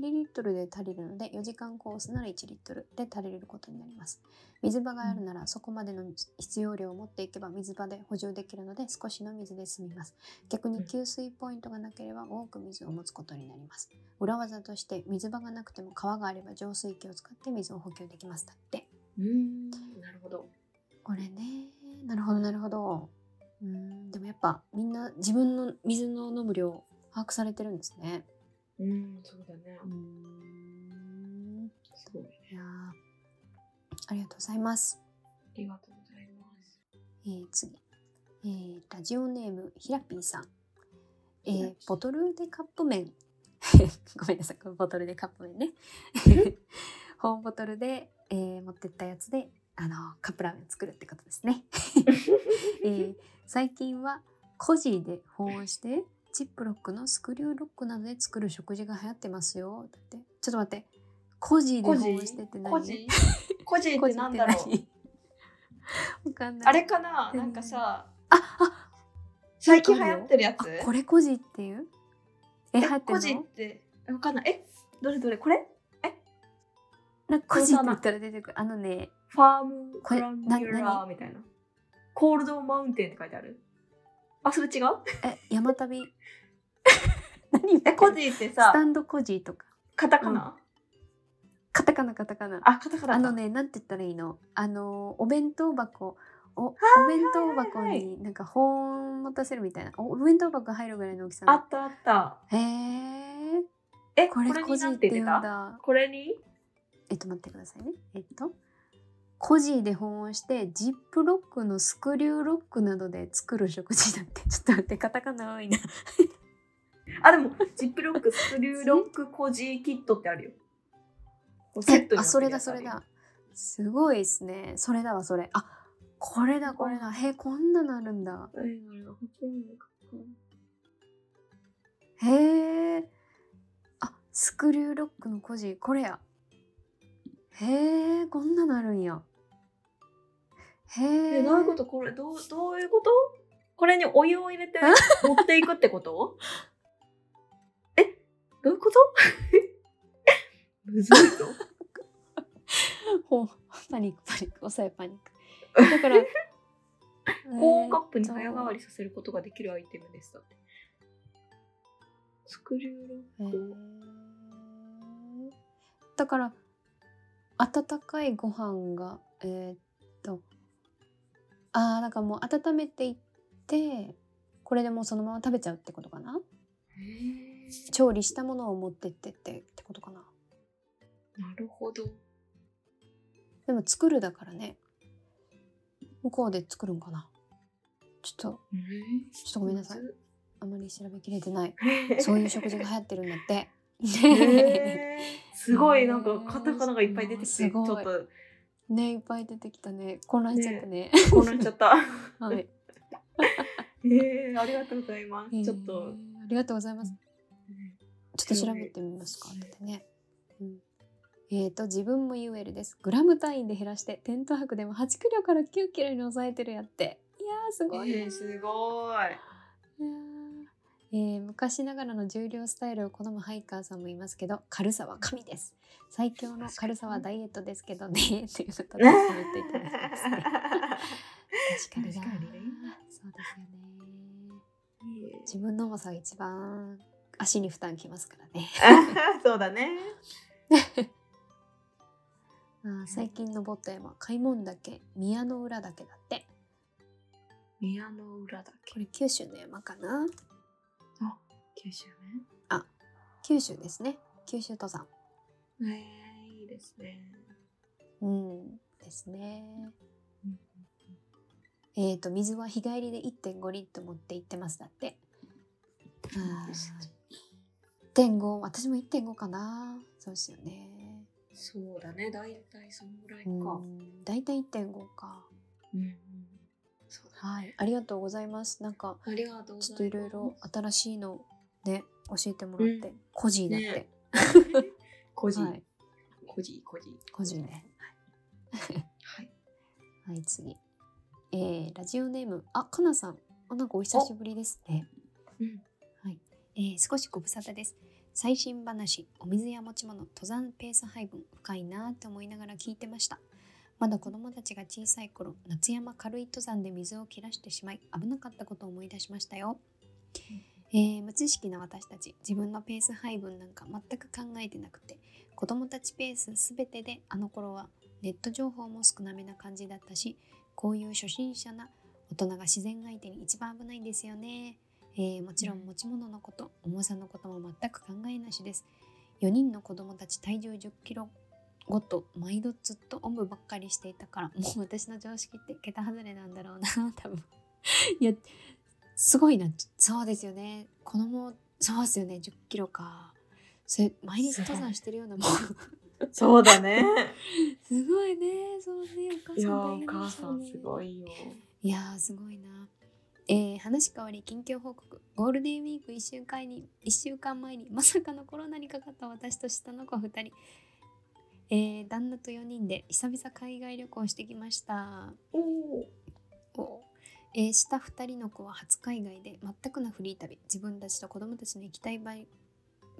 [SPEAKER 2] 500ml で足りるので4時間コースなら 1L で足りることになります水場があるならそこまでの必要量を持っていけば水場で補充できるので少しの水で済みます逆
[SPEAKER 3] う
[SPEAKER 2] に
[SPEAKER 3] ん
[SPEAKER 2] 給水ポイントがなければ多く水を持つことになります裏技として水場がなくても川があれば浄水器を使って水を補給できますだって
[SPEAKER 3] うーん、なるほど。
[SPEAKER 2] これねなるほどなるほどうーんでもやっぱみんな自分の水の飲む量を把握されてるんですね
[SPEAKER 3] うん、そうだね
[SPEAKER 2] うー。ん
[SPEAKER 3] すごい。あ
[SPEAKER 2] いやーありがとうございます、
[SPEAKER 3] りがとうございます。
[SPEAKER 2] えー次、えーラジオネームひらぴーさん、え
[SPEAKER 3] ひら
[SPEAKER 2] ー
[SPEAKER 3] ぴー、
[SPEAKER 2] ボトルでカップ麺 ごめんなさいこれボトルでカップ麺ね ホームボトルで、えー持ってったやつであのカップラーメン作るってことですね えー最近はコジで保温してチップロックのスクリューロックなどで作る食事が流行ってますよだってちょっと待ってコジで保
[SPEAKER 3] 個
[SPEAKER 2] 温
[SPEAKER 3] 人
[SPEAKER 2] してって何
[SPEAKER 3] 個人個人っ
[SPEAKER 2] コ
[SPEAKER 3] て
[SPEAKER 2] ジっ
[SPEAKER 3] なん
[SPEAKER 2] て
[SPEAKER 3] だ
[SPEAKER 2] 何
[SPEAKER 3] ろう
[SPEAKER 2] わかんない
[SPEAKER 3] あれかななんかさ、
[SPEAKER 2] ああ
[SPEAKER 3] 最近流行ってるや
[SPEAKER 2] あ
[SPEAKER 3] つ。
[SPEAKER 2] これコジっていうえ流行って
[SPEAKER 3] 個
[SPEAKER 2] る
[SPEAKER 3] 人っ
[SPEAKER 2] の
[SPEAKER 3] て、わかんない。え、どれどれこれ
[SPEAKER 2] なんかコジって言ったら出てくるあのね
[SPEAKER 3] ファーム
[SPEAKER 2] こ
[SPEAKER 3] ク
[SPEAKER 2] れ
[SPEAKER 3] ランデュ
[SPEAKER 2] な
[SPEAKER 3] ラーみたいな。コールドマウンテンって書いてある。あ、それ違う
[SPEAKER 2] え山旅 何
[SPEAKER 3] え、コ
[SPEAKER 2] ス
[SPEAKER 3] ジってさ
[SPEAKER 2] タ、ンドコジとか
[SPEAKER 3] カタカナ、
[SPEAKER 2] カタカナカタカナ
[SPEAKER 3] あ、カタカナか。
[SPEAKER 2] あのね、なんて言ったらいいの、あのお弁当箱。お、お弁当箱
[SPEAKER 3] はいはいはい
[SPEAKER 2] になんか保温持たせるみたいな、おお弁当箱入るぐらいの大きさ
[SPEAKER 3] あ
[SPEAKER 2] の
[SPEAKER 3] っ。たあった。
[SPEAKER 2] へえ、
[SPEAKER 3] え、
[SPEAKER 2] こ
[SPEAKER 3] これ
[SPEAKER 2] れ
[SPEAKER 3] に
[SPEAKER 2] コジ
[SPEAKER 3] な
[SPEAKER 2] っ
[SPEAKER 3] ん
[SPEAKER 2] て
[SPEAKER 3] て
[SPEAKER 2] 言
[SPEAKER 3] 出
[SPEAKER 2] う
[SPEAKER 3] た
[SPEAKER 2] んだ。
[SPEAKER 3] これに
[SPEAKER 2] えっと、待ってくださいね。えっと。コジで保温してジップロックのスクリューロックなどで作る食事だって ちょっと待ってカタカナ多いな
[SPEAKER 3] あ、でも、ジップロック、スクリューロック、コジキットってあるよ。こうセットになってるやつ
[SPEAKER 2] あそれだそ
[SPEAKER 3] あ
[SPEAKER 2] れ
[SPEAKER 3] るよ
[SPEAKER 2] だ。すごいですねそれだわそれあこれだこれだへえこんなのあるんだ
[SPEAKER 3] うんあれだほとんどか
[SPEAKER 2] へえ。あ、スクリューロックの孤児、これや。へえ、こんなのあるんや。へえ。
[SPEAKER 3] え、どういうことこれ、どう、どういうことこれにお湯を入れて持っていくってことえどういうこと むずいぞ。
[SPEAKER 2] ほう パニックパニック抑えパニックだから
[SPEAKER 3] 保温カップに早変わりさせることができるアイテムですだって。スクリュー
[SPEAKER 2] え
[SPEAKER 3] ロックを
[SPEAKER 2] ーだから温かいご飯がえーっとああだからもう温めていってこれでもうそのまま食べちゃうってことかな調理したものを持ってってってってことかな
[SPEAKER 3] なるほど。
[SPEAKER 2] でも作るだからね向こうで作るんかなちょっとちょっとごめんなさいあまり調べきれてない そういう食事が流行ってるんだって。
[SPEAKER 3] へーすごいなんかカタカナがいっぱい出てき
[SPEAKER 2] す
[SPEAKER 3] てちょ
[SPEAKER 2] ご
[SPEAKER 3] っ
[SPEAKER 2] い
[SPEAKER 3] と
[SPEAKER 2] ねいっぱい出てきたね混乱しちゃったね。
[SPEAKER 3] 混乱しちゃった。
[SPEAKER 2] はい、
[SPEAKER 3] えー、ありがとうございます。ちょっ
[SPEAKER 2] えー
[SPEAKER 3] と、
[SPEAKER 2] ありがとうございます。ちょっと調べてみますか
[SPEAKER 3] うん
[SPEAKER 2] ってね。うんえー、と自分も UL ですグラム単位で減らしてテント泊でも8キロから9キロに抑えてるやっていやーすごいな
[SPEAKER 3] えー、すごい。
[SPEAKER 2] いやーえー昔ながらの重量スタイルを好むハイカーさんもいますけど軽さは神です最強の軽さはダイエットです けどねということでコメントいただきますね確かにな
[SPEAKER 3] 確かにね
[SPEAKER 2] そうですよね
[SPEAKER 3] いい
[SPEAKER 2] 自分の重さが一番足に負担きますからね
[SPEAKER 3] あ そうだね。
[SPEAKER 2] あー最近登った山開門岳宮の浦岳だって
[SPEAKER 3] 宮の裏だっ
[SPEAKER 2] こ
[SPEAKER 3] け
[SPEAKER 2] れ九州の山かな
[SPEAKER 3] 九州
[SPEAKER 2] 九州ですね九州登山
[SPEAKER 3] ね。えー、いいですね。
[SPEAKER 2] うんですね
[SPEAKER 3] うん
[SPEAKER 2] えー、と水は日帰りで1.5リットル持って行ってますだって。
[SPEAKER 3] いいですね
[SPEAKER 2] 1.5私も1.5かなそうですよね。
[SPEAKER 3] そうだね、だいたいそのぐらいうか。
[SPEAKER 2] ん大体1.5か。
[SPEAKER 3] うんそうだ
[SPEAKER 2] はいありがとうございます。なんか
[SPEAKER 3] ありがとうございます。
[SPEAKER 2] ちょっといろいろ新しいのね教えてもらって、個人だって、
[SPEAKER 3] ね個人、
[SPEAKER 2] はい
[SPEAKER 3] 個人、個人。
[SPEAKER 2] 個人ね。
[SPEAKER 3] はい。
[SPEAKER 2] はい次、えー、ラジオネームあかなさんあなんかお久しぶりですね。
[SPEAKER 3] うん
[SPEAKER 2] えー少しご無沙汰です。最新話、お水や持ち物、登山ペース配分、深いなぁと思いながら聞いてました。まだ子供たちが小さい頃、夏山軽い登山で水を切らしてしまい、危なかったことを思い出しましたよ。えー無知識な私たち、自分のペース配分なんか全く考えてなくて、子供たちペースすべてであの頃はネット情報も少なめな感じだったし、こういう初心者な大人が自然相手に一番危ないんですよね。えーもちろん持ち物のこと重さのことも全く考えなしです4人の子供たち体重1 0キロごと毎度ずっとおんぶばっかりしていたからもう私の常識って桁外れなんだろうな多分いやすごいなそうですよね子供そうですよね1 0キロかそれ毎日登山してるよう なもん
[SPEAKER 3] そうだね。
[SPEAKER 2] すごいねそうねお母
[SPEAKER 3] い
[SPEAKER 2] さ
[SPEAKER 3] やー、
[SPEAKER 2] ん
[SPEAKER 3] お
[SPEAKER 2] 大変
[SPEAKER 3] 母
[SPEAKER 2] でし
[SPEAKER 3] さ
[SPEAKER 2] ょうんね
[SPEAKER 3] すごいよ。
[SPEAKER 2] いやーすごいな。えー話変わり近況報告ゴールデンウィーク1週間に1週間前にまさかのコロナにかかった私と下の子2人、えー旦那と4人で久々海外旅行してきました、
[SPEAKER 3] おお。
[SPEAKER 2] えー下2人の子は初海外で全くのフリー旅自分たちと子供たちの行きたい場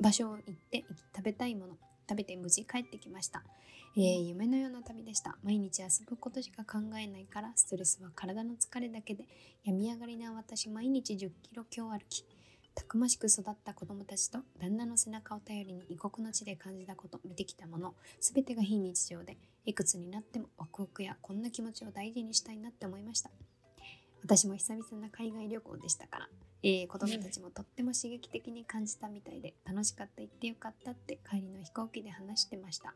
[SPEAKER 2] 場所を行って食べたいもの食べて無事帰ってきました、えー夢のような旅でした毎日遊ぶことしか考えないからストレスは体の疲れだけで病み上がりな私毎日1 0キロ強歩きたくましく育った子供たちと旦那の背中を頼りに異国の地で感じたこと見てきたもの全てが非日常でいくつになってもワクワクやこんな気持ちを大事にしたいなって思いました私も久々な海外旅行でしたから、えー子供たちもとっても刺激的に感じたみたいで楽しかった行ってよかったって帰りの飛行機で話してました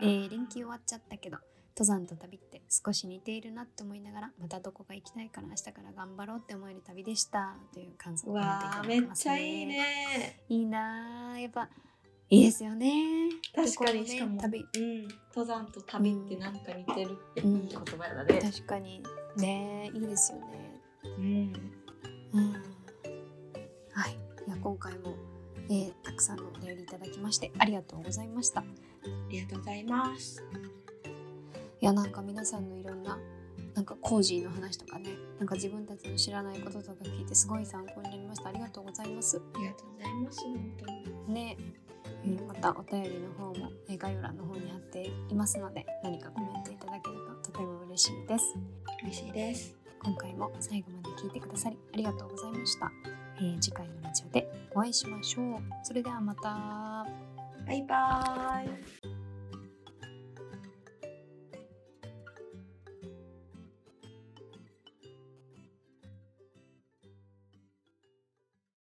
[SPEAKER 2] えー連休終わっちゃったけど登山と旅って少し似ているなって思いながらまたどこか行きたいから明日から頑張ろうって思える旅でしたという感想を
[SPEAKER 3] わー、めっちゃいいね。
[SPEAKER 2] いいなあやっぱいいですよね
[SPEAKER 3] 確か
[SPEAKER 2] 旅行
[SPEAKER 3] に、しかも、
[SPEAKER 2] 旅
[SPEAKER 3] うん、登山と旅ってなんか似てるっていい言葉だね。
[SPEAKER 2] 確かにねいいですよね
[SPEAKER 3] うん。
[SPEAKER 2] うんはいいや今回も、えーたくさんのお便りいただきましてありがとうございました
[SPEAKER 3] ありがとうございます。
[SPEAKER 2] いやなんか皆さんのいろんななんかコージーの話とかねなんか自分たちの知らないこととか聞いてすごい参考になりましたありがとうございます
[SPEAKER 3] ありがとうございます本当に
[SPEAKER 2] ね、えーまたお便りの方もえー概要欄の方に貼っていますので何かコメントいただけるととても嬉しいです
[SPEAKER 3] 嬉しいです
[SPEAKER 2] 今回も最後まで聞いてくださりありがとうございました、えー次回のラジオでお会いしましょうそれではまた
[SPEAKER 3] バイバーイ